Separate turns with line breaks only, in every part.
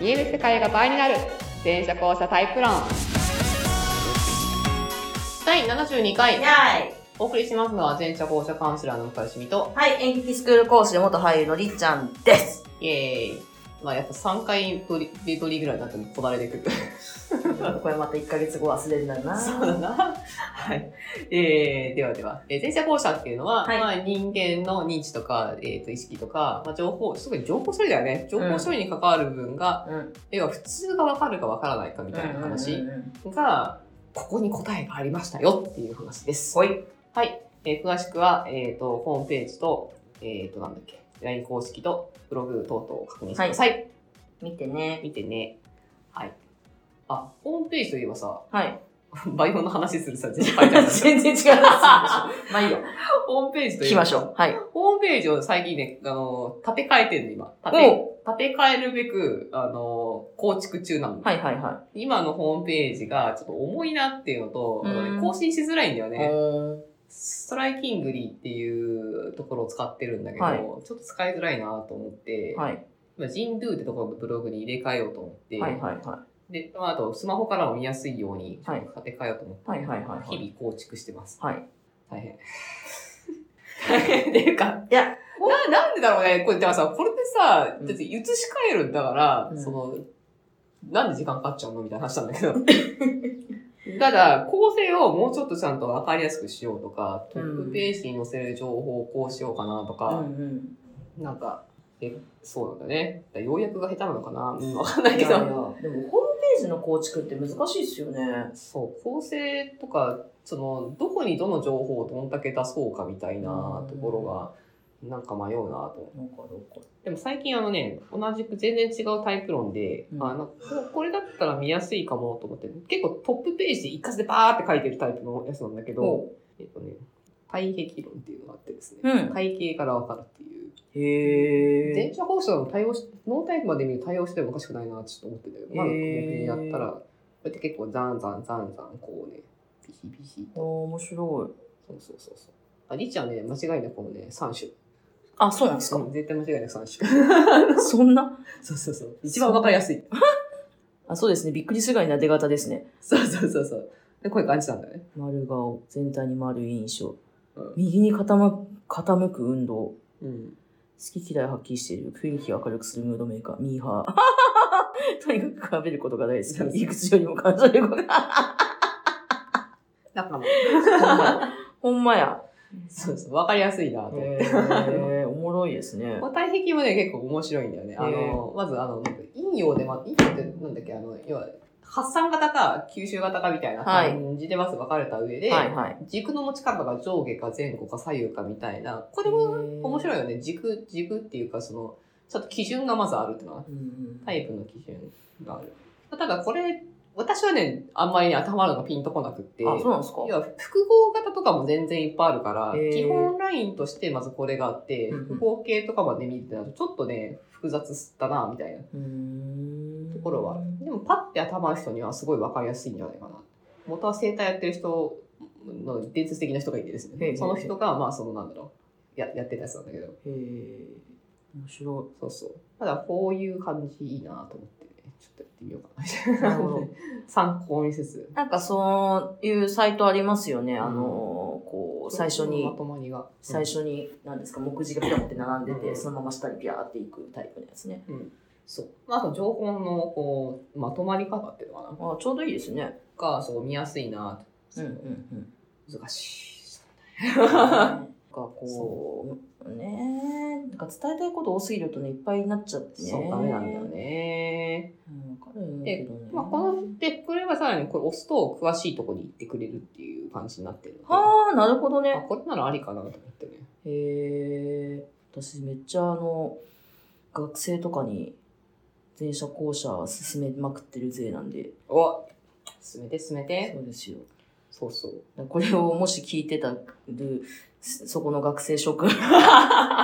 見える世界が倍になる全車交差タイプ論第72
イェー
回
イ
お送りしますのは全車交差カウンセラーの向井しみと
はい、演劇スクール講師で元俳優のりっちゃんです。
イエーイまあやっぱ3回ぶりぶりぐらいになってもこだれてくる
これまた1ヶ月後忘れるだな。
そうだなはいえー、ではでは、えー、前者後者っていうのは、
はい
まあ、人間の認知とか、えー、と意識とか、まあ、情報特に情報処理だよね情報処理に関わる部分が、
うん。
要は普通が分かるか分からないかみたいな
う
話
んうんうん
が、ここに答えがありましたよっていう話です。
ほい。
はい。えー詳しくは、えっ、と、ホームページと、えっ、と、なんだっけ、LINE 公式とブログ等々を確認してください。
見てね。
見てね。はい。あ、ホームページといえばさ、
はい。
バイオの話するさ、全然書いてある
全然違う話するでしょ。 まあいいよ。
ホームページと
聞
い
き
えば
ましょう。はい。
ホームページを最近ね、あの、建て替えてるの、今。建て
お
建て替えるべく、あの、構築中なの。
はいはいは
今のホームページがちょっと重いなっていうのと、
うん
更新しづらいんだよ
い。
ね。
おー
ストライキングリーっていうところを使ってるんだけど、
はい
ちょっと使いづらいなと思って、
はい。
今、ジンドゥってところのブログに入れ替えようと思って、
はいはいは
で、まあ、あとスマホからも見やすいように、
はい
立て替えようと思って、
はいはいはいはい
日々構築してます。
い。はい。
大 変。大変っていうか、
いや、
な、なんでだろうね。これ、だからさ、これでさ、
うん
だって移し替えるんだから、
うん
その、なんで時間かかっちゃうのみたいな話なんだけ ど。ただ、構成をもうちょっとちゃんとわかりやすくしようとか、トップページに載せる情報をこうしようかなと
う
か、
んうん。
なんか、え、そうなんだね。だから要約が下手なのかなうん、わかんない
い
け
やいやで
ど。
もホームページの構築って難しいですよね。
そう、構成とか、その、どこにどの情報をどんだけ出そうかみたいなところが、なんか迷うなと思って
なんかどうか。
でも最近あのね、同じく全然違うタイプ論で、
うん
あのここれだったら見やすいかもと思って、結構トップページで一括でバーって書いてるタイプのやつなんだけど、えっとね、体壁論っていうのがあってですね、
うん。
体型からわかるっていう。
へ
前者後者の対応し、ノータイプまで見る対応してもおかしくないなってちょっと思ってんだけど、まあ、
へ
僕
ー
にやったら、こうやって結構ザンザンザンザンこうね、ビヒビヒ
あー、面白い。
そうそうそうそう。あ、リチはね、間違いなくこのね、3種。
あ、そうなんですか
う。ん絶対間違いなく3種。
そんな。
そうそうそう。一番わかりやすい。
あ、そうですね。びっくりするぐらいな出方ですね。
そうそうそうそう。で、こういう感じなんだよね。
丸顔、全体に丸い印象
うん。
右に傾く傾く運動。好
うん。
き嫌いはっきりしている。雰囲気を明るくするムードメーカー。ミー ハー。とにかく食べることが大
そうそ
好
う
き。いくつよりも感じること が。
だから、
ほんまやほんまや。
そうそう、わかりやすいなと思って。
へーおもろいですね
ま。あ、体壁もね、結構面白いんだよね。あ
へ
の、まず、あの、なんか陰陽で、ま、陰陽ってなんだっけ、あの、要は、発散型か吸収型かみたいな
はい
感じでまず分かれた上で、
はいはい。
軸の持ち方が上下か前後か左右かみたいな、これも面白いよね。軸、軸っていうか、その、ちょっと基準がまずあるってのは
うんうん
タイプの基準がある。ただこれ、私はね、あんまりね、頭のがピンとこなくって。
あ、そうなんですか
要は複合型とかも全然いっぱいあるから、
へー
基本ラインとしてまずこれがあって、
うんうん
複合系とかまで見るってなるとちょっとね、複雑だな、みたいなと
うーん
ころはある。でもパッて頭の人にはすごいわかりやすいんじゃないかな。元は生態やってる人の伝説的な人がいてです
へーへ
ね、
ー
その人が、まあそのなんだろう、ややってたやつなんだけど、
へえ。面白
そうそう。ただこういう感じいいなと思って、ね、ちょっとやってみようかな、みたい
い。なるほど。
参考にせず。
なんかそういうサイトありますよね。
ん
あの、こう、最初
ま
に、
とまりが。
最初に、何ですか、目次がピタって並んで
うん
て、そのまま下にピャーっていくタイプのやつね。
そう。まあ、あと情報のこうまとまり方っていうのかな。
あちょうどいいですね。
が、そう、見やすいな
う
と。
んうん
難し
うん。なんかこう、ねえ、なんか伝えたいこと多すぎるとね、いっぱいになっちゃって
い。
ね。
そう、ダメなんだよ。ね。
うん、わかるんだけどね。
まあ、この、で、これはさらにこれ押すと詳しいとこに行ってくれるっていう感じになってるので。
はあ、なるほど
あ
ね。
これならありかなと思ってね。
へえ。私めっちゃあの、学生とかに、前者後者進めまくってる勢なんで。
お進めて進めて。
そうですよ。
そうそう。
これをもし聞いてたる、そそこの学生諸君。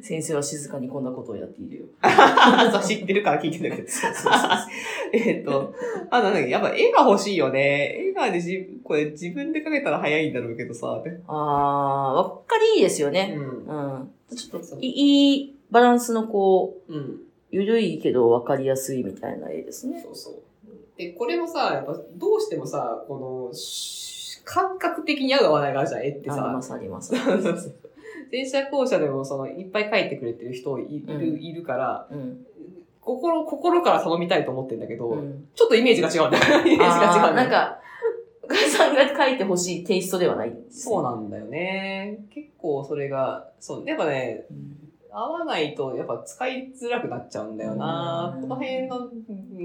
先生は静かにこんなことをやっているよ。
そう 知ってるから聞いてんだけど。えっと、あのね、やっぱ絵が欲しいよね。絵がね、じこれ自分で描けたら早いんだろうけどさ。
ああ、わっかりいいですよ
う
ね。
ん。
うん。
ちょっと
いいいバランスのこ
うん。
う、ゆるいけど分かりやすいみたいな絵ですね。
そうそう。で、これもさ、やっぱどうしてもさ、この、し感覚的に合う合わないがあるじゃん、絵って
ありま
さ。
すあります。
電車校舎でもその、いっぱい描いてくれてる人いる,、
うん
いるから、
うん。
心、心から頼みたいと思ってんだけど、
うん、
ちょっとイメージが違うんだ よ。イメージが違
あ
う
ー
んだ
な
よ
んか、お母さんが描いてほしいテイストではないんですね、
そうなんだよね。結構それが、そう、やっぱね、
うん
合わないとやっぱ使いづらくなっちゃうんだよな。
うん
この辺の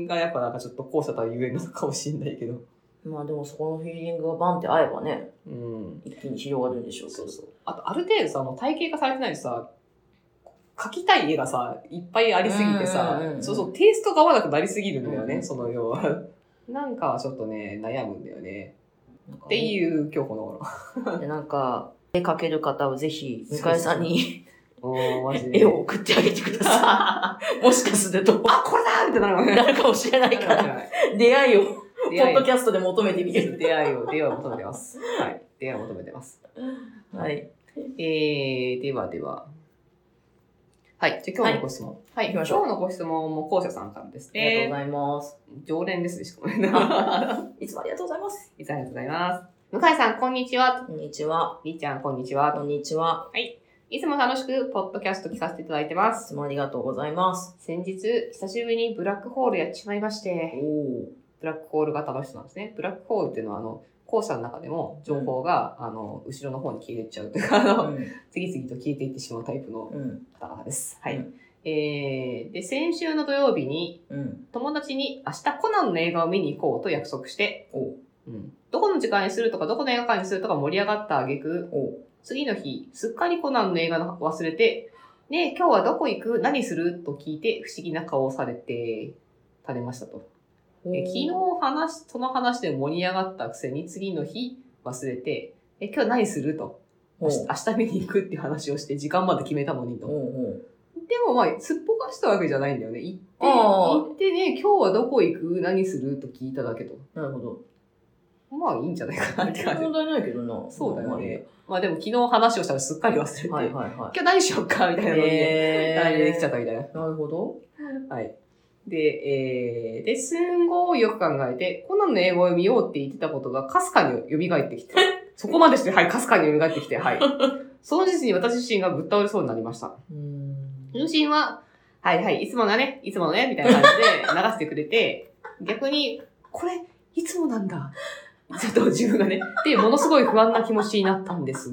がやっぱなんかちょっと校舎とは言えんのかもしれないけど。
まあでもそこのフィーリングがバンって合えばね、
うん。
一気に広がるんでしょうけど。
あと、ある程度さ、もう体系化されてないとさ、描きたい絵がさ、いっぱいありすぎてさ
うんうんう、ん
そうそう、テイストが合わなくなりすぎるんだよね、
うん
その要は。 なんかはちょっとね、悩むんだよね。
なんか
っていう今日こ
でなんか、絵描ける方をぜひ、向井さんに
の頃。 おー、マジ で。
絵を送ってあげてください。 もしかすると、
あ、これだーってなるもんね。
なるかもしれないから、 出会いを、ポ
出会
ッ
いを
ドキャストで求めてみる。
出会いを、出会いを求めてます。 はい。出会いを求めてます。
はい。
えー、ではでは。はい。じゃあ今日のご質問。はい。
い行き
今
ま
日
しょう
のご質問も校舎さんからです
ありがと
ね
うご。ざいます。
常連ですね、しかもね。
いつもありがとうございます。
いつもありがとうございます。向井さん、こんにちは。
こんにちは。
りーちゃん、こんにちは。
こんにちは。
いつも楽しく、ポッドキャスト聞かせていただいてま
い
す。
つもありがとうございます。
先日、久しぶりにブラックホールやっちまいまして、
お
ブラックホールが楽しそうなんですね。ブラックホールっていうのは、あの、校舎の中でも情報が、あの、後ろの方に消えていっちゃうというか、あの、
う ん。
次々と消えていってしまうタイプの
うん。
方々です。はい。
うん
えー、で、先週の土曜日に、
うん。
友達に明日コナンの映画を見に行こうと約束して、
お
うん、どこの時間にするとか、どこの映画館にするとか盛り上がった挙句、
お
次の日、すっかりコナンの映画の忘れて、ねえ、今日はどこ行く何すると聞いて、不思議な顔をされて、されましたと。え昨日話し、その話で盛り上がったくせに、次の日忘れて、え、今日何すると。明日明日見に行くって話をして、時間まで決めたのにと。
おお
でもまあ、すっぽかしたわけじゃないんだよね。行って、
ああ
行ってね、今日はどこ行く何すると聞いただけと。
なるほど。
まあいいんじゃないかなって感じ。
問題ないけどな。
そうだよ
まあまあいいや
ね。まあでも昨日話をしたらすっかり忘れて、
はい
今
はいはい。
日何しよっかみたいなのにね、
え
ラインでできちゃったみたいな。
なるほど。
はい。で、えー、で、すんごいよく考えて、コナンの英語を見ようって言ってたことが、かすかに蘇ってきて、そこまでして、はい、かすかに蘇ってきて、はい。その時に私自身がぶっ倒れそうになりました。
うーん
友人は、はいはい、いつもだね、いつものね、みたいな感じで流してくれて、逆に、これ、いつもなんだ。ちょっと自分がね。で、ものすごい不安な気持ちになったんです。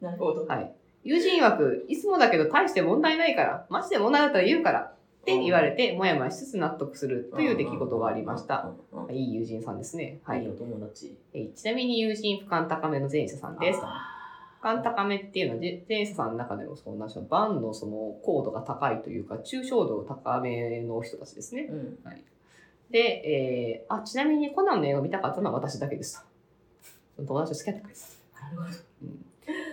なるほど。
はい。友人曰く、いつもだけど大して問題ないから、マジで問題だったら言うから、って言われて、もやもやしつつ納得するという出来事がありました。。
はい。
いい友人さんですね。はい
い
い
お。友達
えちなみに友人、俯瞰高めの前者さんです。俯瞰高めっていうのは、ジェ前者さんの中でも、その、なんでしょう、バンのその、高度が高いというか、抽象度高めの人たちですね。
うん。
で、えー、あ、ちなみにコナンの映画見たかったのは私だけですと。友達と付き合ってくれて
なるほど。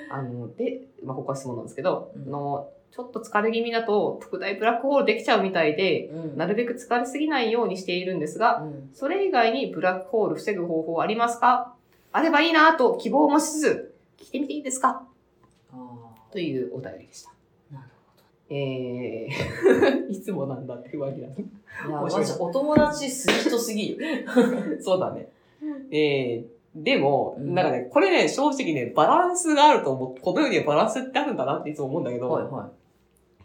た。あの、で、まあ、ここは質問なんですけど、
うん
あの、ちょっと疲れ気味だと、特大ブラックホールできちゃうみたいで、
うん
なるべく疲れすぎないようにしているんですが、
うん。
それ以外にブラックホール防ぐ方法はありますかあればいいなと希望もしつつ、聞いてみていいですか
ああ。
というお便りでした。
なる
えー、 いつもなんだっていうわけだ。
ほど。いや、
面白い
マジお友達すぎとすぎる。
そうだね。えー、でも、
うん
なんかね、これね、正直ね、バランスがあると思う。この世にはバランスってあるんだなっていつも思うんだけど、
はいは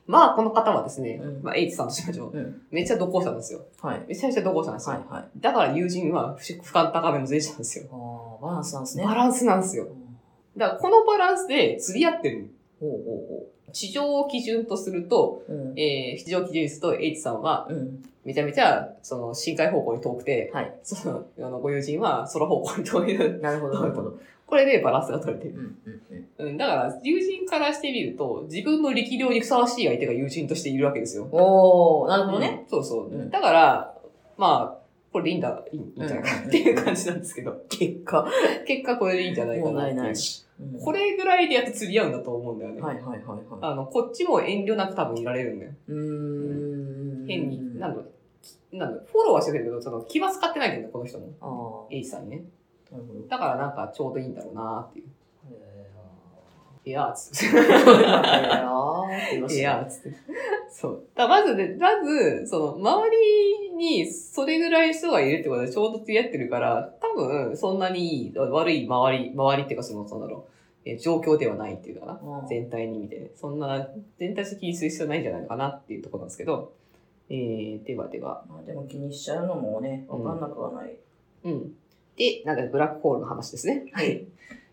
まあ、この方はですね、
うん
まあ、H さんとしましょう。
い。うん。
めっちゃ同行者なんですよ。
はい。はい
めちゃめちゃ同行者なんですよ。
はい。
だから友人は、不瞰高めの前者なんですよ。
ああ、バランスなんですね。
バランスなんですよ。だから、このバランスで釣り合ってる
おうおう
地上を基準とすると、
おう。うん。
えー、地上基準にすると、H さんは、
うん。
めちゃめちゃ、その、深海方向に遠くて、
はい。
その、あのご友人は空方向に遠い。
なるほど、なるほど。
これでバランスが取れて
う
る。
んうん
うん、だから、友人からしてみると、自分の力量にふさわしい相手が友人としているわけですよ。
おおなるほどね。
うん。そうそう。
うん
だから、まあ、これでいいんだ、いいいいんじゃないか
うん
っていう感じなんですけど、
結果。
結果これでいいんじゃないかなっていう
問題ないしうん
これぐらいでやっと釣り合うんだと思うんだよね。
はいはいはいは
あの、こっちも遠慮なく多分いられるんだよ。
い。うーん。
変に、なんだろう、なんだろう、フォローはしてくれるけど、その気は使ってないんだよね、この人も。
ああ、なるほ
H さんにね。
ど。
だからなんかちょうどいいんだろうなっていう。
えー
いやーっつっ
いや
て。
ーって言いま
い
した
や
ね
ーっつって。 そう。だからまずね、まず、その、周りにそれぐらいの人がいるってことでちょうど付き合ってるから、多分、そんなにいい、悪い周り、周りっていうか、その、そのだろう、え状況ではないっていうかな。
うん
全体に見て、そんな、全体的に気にする必要ないんじゃないのかなっていうところなんですけど、えー、ではでは、
まあ、でも気にしちゃうのもね、わかんなくはない。
うん。で、なんかブラックホールの話ですね。
はい。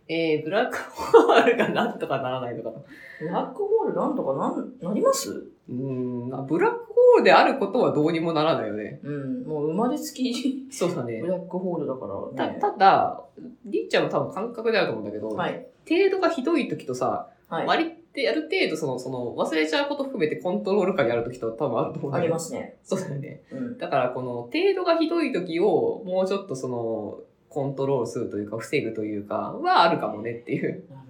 えー、ブラックホールがなんとかならないのかな。
ブラックホールなんとかなん、なります
うーん、まあブラックホールであることはどうにもならないよね。
うん。もう生まれつき、
そうだね
ブ。ラックホールだから
た
ね。
ただ、りっちゃんも多分感覚であると思うんだけど、
はい。
程度がひどい時とさ、
はい。
割ってある程度その、その、忘れちゃうこと含めてコントロール下にある時と多分あると思うん
あ
だけ
り
ど。
ますね。
そうだよね。
うん。
だからこの程度がひどい時をもうちょっとそのコントロールするというか防ぐというかはあるかもねっていう。
なるほどね。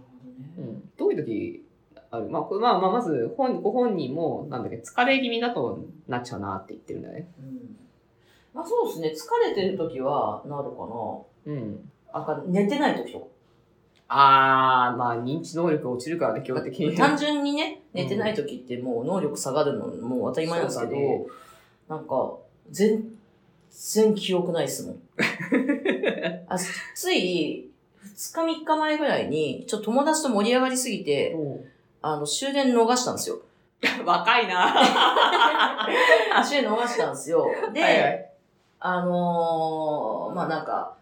うん、どういう時ある、まあ、これまあまあまず本ご本人もなんだっけ疲れ気味だとなっちゃうなって言ってるんだよね。
うん。まあそうですね。疲れてる時は、なるか
うん。
な。あか寝てない時とか。
あーまあ認知能力が落ちるからね基本的に。
単純にね、寝てない時ってもう能力下がるのもう当たり前なんですけど、
そうだね
なんか、全然記憶ない っすもん。あつい、2日3日前ぐらいに、ちょっと友達と盛り上がりすぎて、あの、終電逃したんですよ。
うん若いな
終電逃したんですよ。で、
はいはい
あのーまあなんか、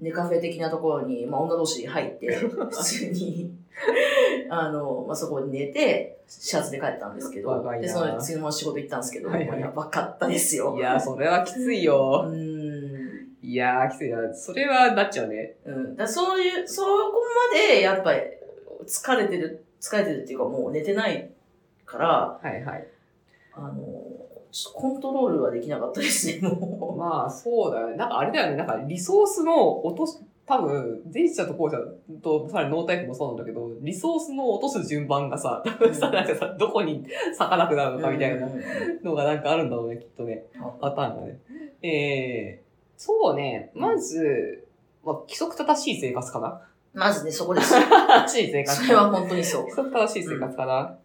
ネカフェ的なところに、まあ女同士 入って、普通に、あのまあそこに寝て、シャツで帰ったんですけど
若い、な
で、その次の仕事行ったんですけど、
はいはい
やばかったですよ。
いやそれはきついうよ。
ん。
いやーきついな。それはなっちゃうね。
うん。だそういう、そこまで、やっぱり、疲れてる、疲れてるっていうかもう寝てないから、
はいはい。
あのちょっとコントロールはできなかったですね、も
まあそうだよね。なんかあれだよね。なんかリソースの落とし、多分、前者と後者と、さらにノータイプもそうなんだけど、リソースの落とす順番がさ、多分さ、なんかさ、どこに咲かなくなるの
う。
かみたいな
うん
のがなんかあるんだろうね、きっとね。パターンがね。えー、そうね。まず、まあ、規則正しい生活かな。
まずね、そこ です。
正しい生活。
それは本当にそう
規。則正しい生活かな。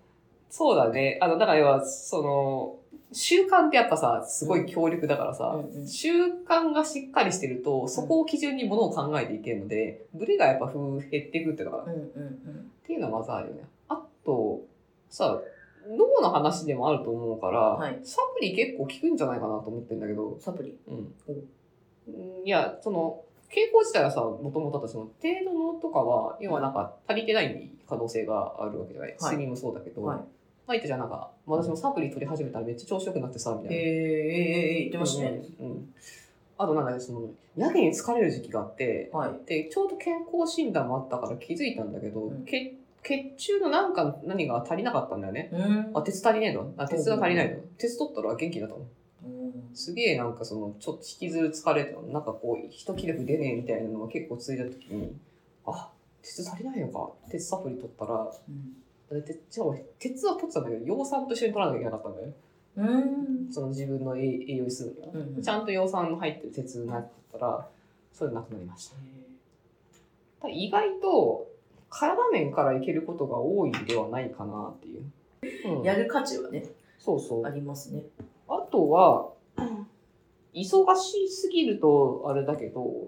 そうだね。あの、だから要は、その、習慣ってやっぱさ、すごい強力だからさ、
うんうん
習慣がしっかりしてると、そこを基準にものを考えていけるので、ブレがやっぱふ減っていくっていうのかな。っ
うんうん
ていうのはまずあるよね。あと、さ、脳の話でもあると思うから、
はい
サプリ結構効くんじゃないかなと思ってるんだけ
う
ど
ん、、サプリ。
うん。いや、その、傾向自体はさ、もともとだとその、程度のとかは、要はなんか足りてない可能性があるわけじゃない。睡眠もそうだけど、
はい
まあ言ったじゃん、なんか、私もサプリ取り始めたらめっちゃ調子良くなってさ、みたい
え
な。
ー、えー、えー、言ってましたね。
うん。うんあとなんかね、その、やけに疲れる時期があって、
はい。
で、ちょうど健康診断もあったから気づいたんだけど、
うん
血血中のなんか何が足りなかったんだよね。
うん
あ、鉄足りねえのあ、鉄が足りないの鉄取ったら元気だったの
うん
すげえなんかその、ちょっと引きずる疲れてたのなんかこう、一気力出ねえみたいなのが結構ついた時に、あ、鉄足りないのか。鉄サプリ取ったら、で鉄しかも鉄は取ってたんだけど、葉酸と一緒に取らなきゃいけなかったんだよね。
うん。
その自分の栄栄養にするには。
うん。
ちゃんと養酸の入ってる鉄になったら、それなくなりました。ただ意外と、体面からいけることが多いんではないかなっていう。うん
やる価値はね、
そうそう。
あ
あ
りますね。
とは、忙しすぎるとあれだけど、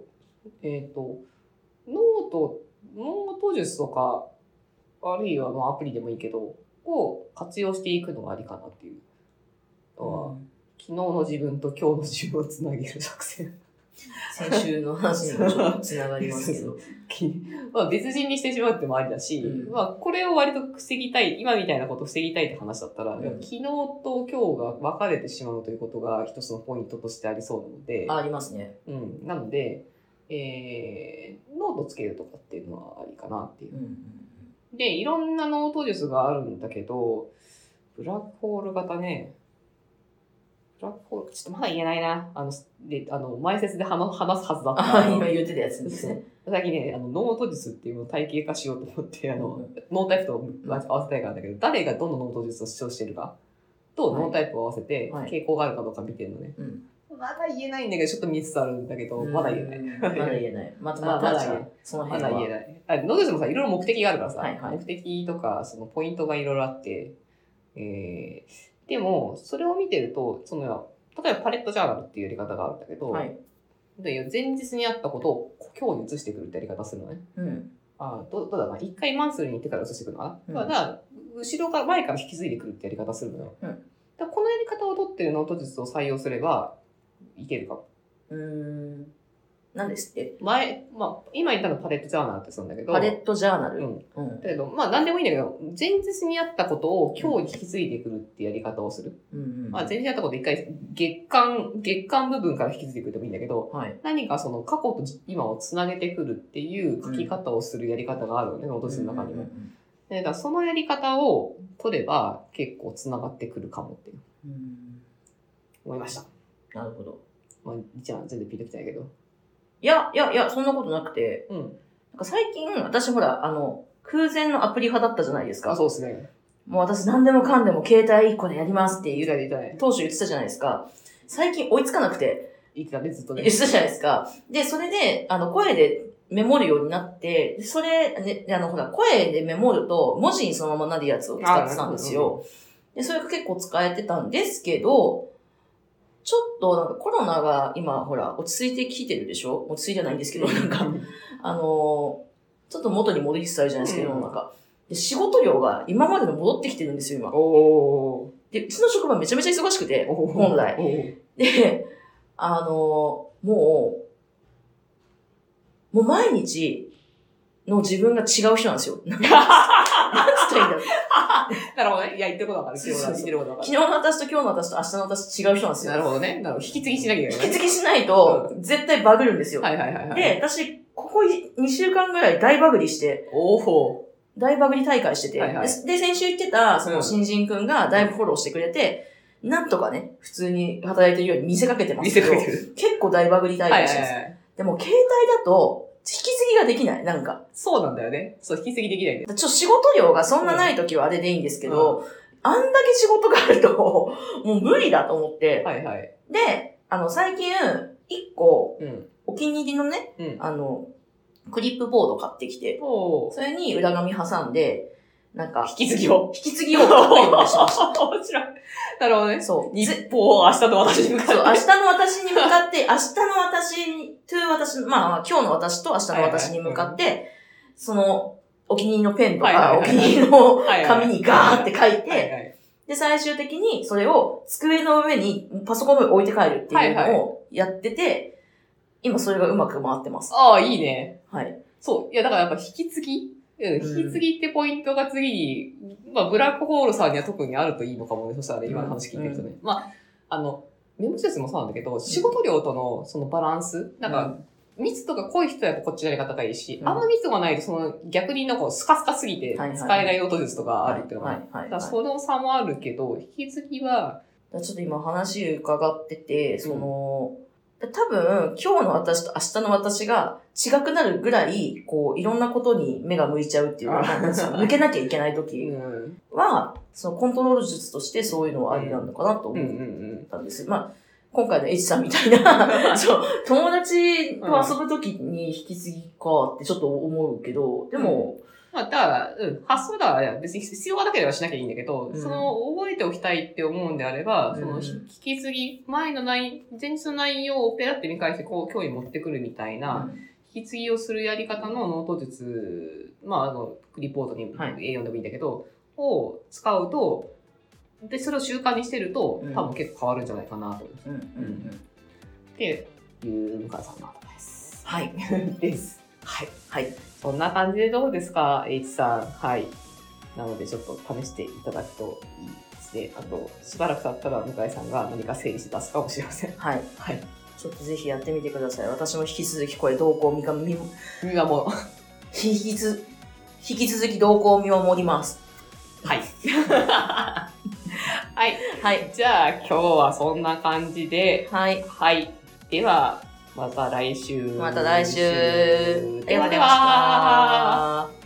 えっ、と、ノート、ノート術とか、あるいはまあアプリでもいいけど、を活用していくのがありかなっていう。あとは
うん
昨日の自分と今日の自分をつなげる作戦。
先週の話にもちょっとつながります けど。
きまあ、別人にしてしまうってもありだし、
うん
まあ、これを割と防ぎたい、今みたいなことを防ぎたいって話だったら、
うん
昨日と今日が分かれてしまうということが一つのポイントとしてありそうなので、
あありますね。
うん、なので、えー、ノートつけるとかっていうのはありかなっていう
う。ん
で、いろんなノート術があるんだけど、ブラックホール型ね、ブラックホール、ちょっとまだ言えないな。あの、であの前説で話話すはずだっ
あ
た。
あ、今言ってたやつですね。
最近ね、あの、ノート術っていうのを体系化しようと思って、あ
う
の、
ん
ノータイプと合わせたいからなんだけど、誰がどのノート術を主張してるかと
はい
ノータイプを合わせて
はい
傾向があるかどうか見てるのね。
うん
まだ言えないんだけど、ちょっと見つつあるんだけど、 まだ言えない。
うんまだ言えない。また
まあ
また
まだ
じゃ
言え
あその
ま
辺
だ
は。
言えない。あノート術もさ、いろいろ目的があるからさ、
はいはい
目的とか、そのポイントがいろいろあって、えーでも、それを見てると、その、例えばパレットジャーナルっていうやり方があるんだけど、
はい。
で前日にあったことを今日に移してくるってやり方するのね。
うん。
あどどうだな。一回マンスルに行ってから移してくるのかな。
うん
だから、後ろから前から引き継いでくるってやり方するのよ。
うん
だからこのやり方を取ってるノート術を採用すれば、いけるかも。
うーん。何ですって
前、まあ、今言ったのパレットジャーナルってするんだけど、
パレットジャーナル。
うん。
うん。
だけど、まあ、なんでもいいんだけど、前日にやったことを今日に引き継いでくるってやり方をする。
うんうん。
まあ、前日やったこと一回、月間、月間部分から引き継いでくるでもいいんだけど、
はい。
何かその過去と今をつなげてくるっていう書き方をするやり方があるよね、ノート術の中にも。でだからそのやり方を取れば結構つながってくるかもって
うんうんうん。
思いました。
なるほど。
まあ、じゃあ全然ピンときてないけど。
いや、いや、いや、そんなことなくて、
うん。
なんか最近、私ほら、あの、空前のアプリ派だったじゃないです
あ、
か。
そうですね。
もう私何でもかんでも携帯1個でやりますって
言
いうう、
た言うたね。
当初言ってたじゃないですか。最近追いつかなくて、
言ってたね、ずっと
言
ね
って。たじゃないですか。で、それで、あの、声でメモるようになって、でそれ、ね、あの、ほら、声でメモると、文字にそのままなるやつを使ってたんですよ。で、それが結構使えてたんですけど、ちょっとなんかコロナが今、ほら、落ち着いてきてるでしょ落ち着いてないんですけど、なんか、あのーちょっと元に戻りつつあるじゃないですか、
うん
世の中。で仕事量が今までの戻ってきてるんですよ、今
お。 お
で、うちの職場めちゃめちゃ忙しくて
ー。、おー
本来。
おー
で、あのーもう、もう毎日の自分が違う人なんですよ。なんつったらいいんだろ う
なるほどね。いや、言ってることわかる。
そうそうそう
言ってることわか
昨日
る。
の私と今日の私と明日の私と違う人なんです
な
よ。
るほどね。なるほど。引き継ぎしなきゃいけ
引
ない
き
ね。
継ぎしないと、絶対バグるんですよ。
はいはいはいはい。
で、私、ここ2週間ぐらい大バグりして、
おお。
大バグり大会してて、
はいはい
で、で先週言ってた、そうの
ん
新人くんがだいぶフォローしてくれて、なんとかね、普通に働いてるように見せかけてます
見
け
せ
ど、
かけ
結
てる。
構大バグり大
はい
会
は
し
い
て
は
ます。
い。
でも、携帯だと、引き継ぎができない、なんか。
そうなんだよね。そう、引き継ぎできないんだよ。
ちょっと仕事量がそんなない時はあれでいいんですけど、あんだけ仕事があると、 もう無理だと思って、
はいはい。
で、あの、最近、一個、
うん。
お気に入りのね、
うん。
あの、クリップボード買ってきて、
おお。
それに裏紙挟んで、なんか、
引き継ぎを。
引き継ぎを書くようにし まし
面白い。なるほどね
た。。そう。
日
ぜ
報を明日の私に向かって。
そう、明日の私に向かって、 明日の私に、to 私、まあまあ、今日の私と明日の私に向かって、その、お気に入りのペンと
はい
か、
は
お
い
気
はいはい
に入りの
はいはい
紙にガーって書い
はい
て、
はい。
で、最終的にそれを机の上にパソコンの上に置いて帰るっていう
はいは
のをやってて、今それがうまく回ってます。
ああ、いいね。
はい。
そう。いや、だからやっぱ引き継ぎ。うん、
うん
引き継ぎってポイントが次に、まあ、ブラックホールさんには特にあるといいのかもね。そしたらね、今の話聞いてるとね。まあ、あの、メモ施設もそうなんだけど、仕事量とのそのバランス。なんか、密度が濃い人はやっぱこっちのやり方がいいし、
うん
あんま密度がないと、その逆になんかスカスカすぎて
はいはい
使えない音術とかあるっていうのが、
はい、はい。
だか
はい
らその差もあるけど、引き継ぎは、
だからちょっと今話伺ってて、その、多分今日の私と明日の私が違くなるぐらい、こう、いろんなことに目が向いちゃうっていうか、
あ
なんかその抜けなきゃいけない時
ん、
は、そのコントロール術としてそういうのはありなのかなと
うんう
思
ん
っ
うん。
たんです。まあ、今回のエイジさんみたい な、そう、友達と遊ぶ時に引き継ぎかってちょっと思うけど、でも、
まあ、だから、うん、発想だから別に必要がなければしなきゃいいんだけど、
うん
その、覚えておきたいって思うんであれば、
うん
その、引き継ぎ、前の内、前日の内容をペラって見返して、こう、今日に持ってくるみたいな、引き継ぎをするやり方のノート術、まあ、あの、リポートに
はい
A4 でもいいんだけど、を使うと、で、それを習慣にしてると
うん、
多分結構変わるんじゃないかなと。
うん、うん、うん。
っていう、向井さんのアドバイス。
はい。
です。はい。
はい。
そんな感じでどうですか、H さん。はい。なので、ちょっと試していただくといいですね。あと、しばらく経ったら向井さんが何か整理して出すかもしれま せん。
はい。
はい。
ちょっとぜひやってみてください。私も引き続きこれ動向を見か見
見守ろ
引きつ引き続き動向を見守ります。
う。 はい。はい。
はい。
じゃあ、今日はそんな感じで、
はい。
はい。では、また来週。
また来週。
ではで
ありがとうございまし
は。
た。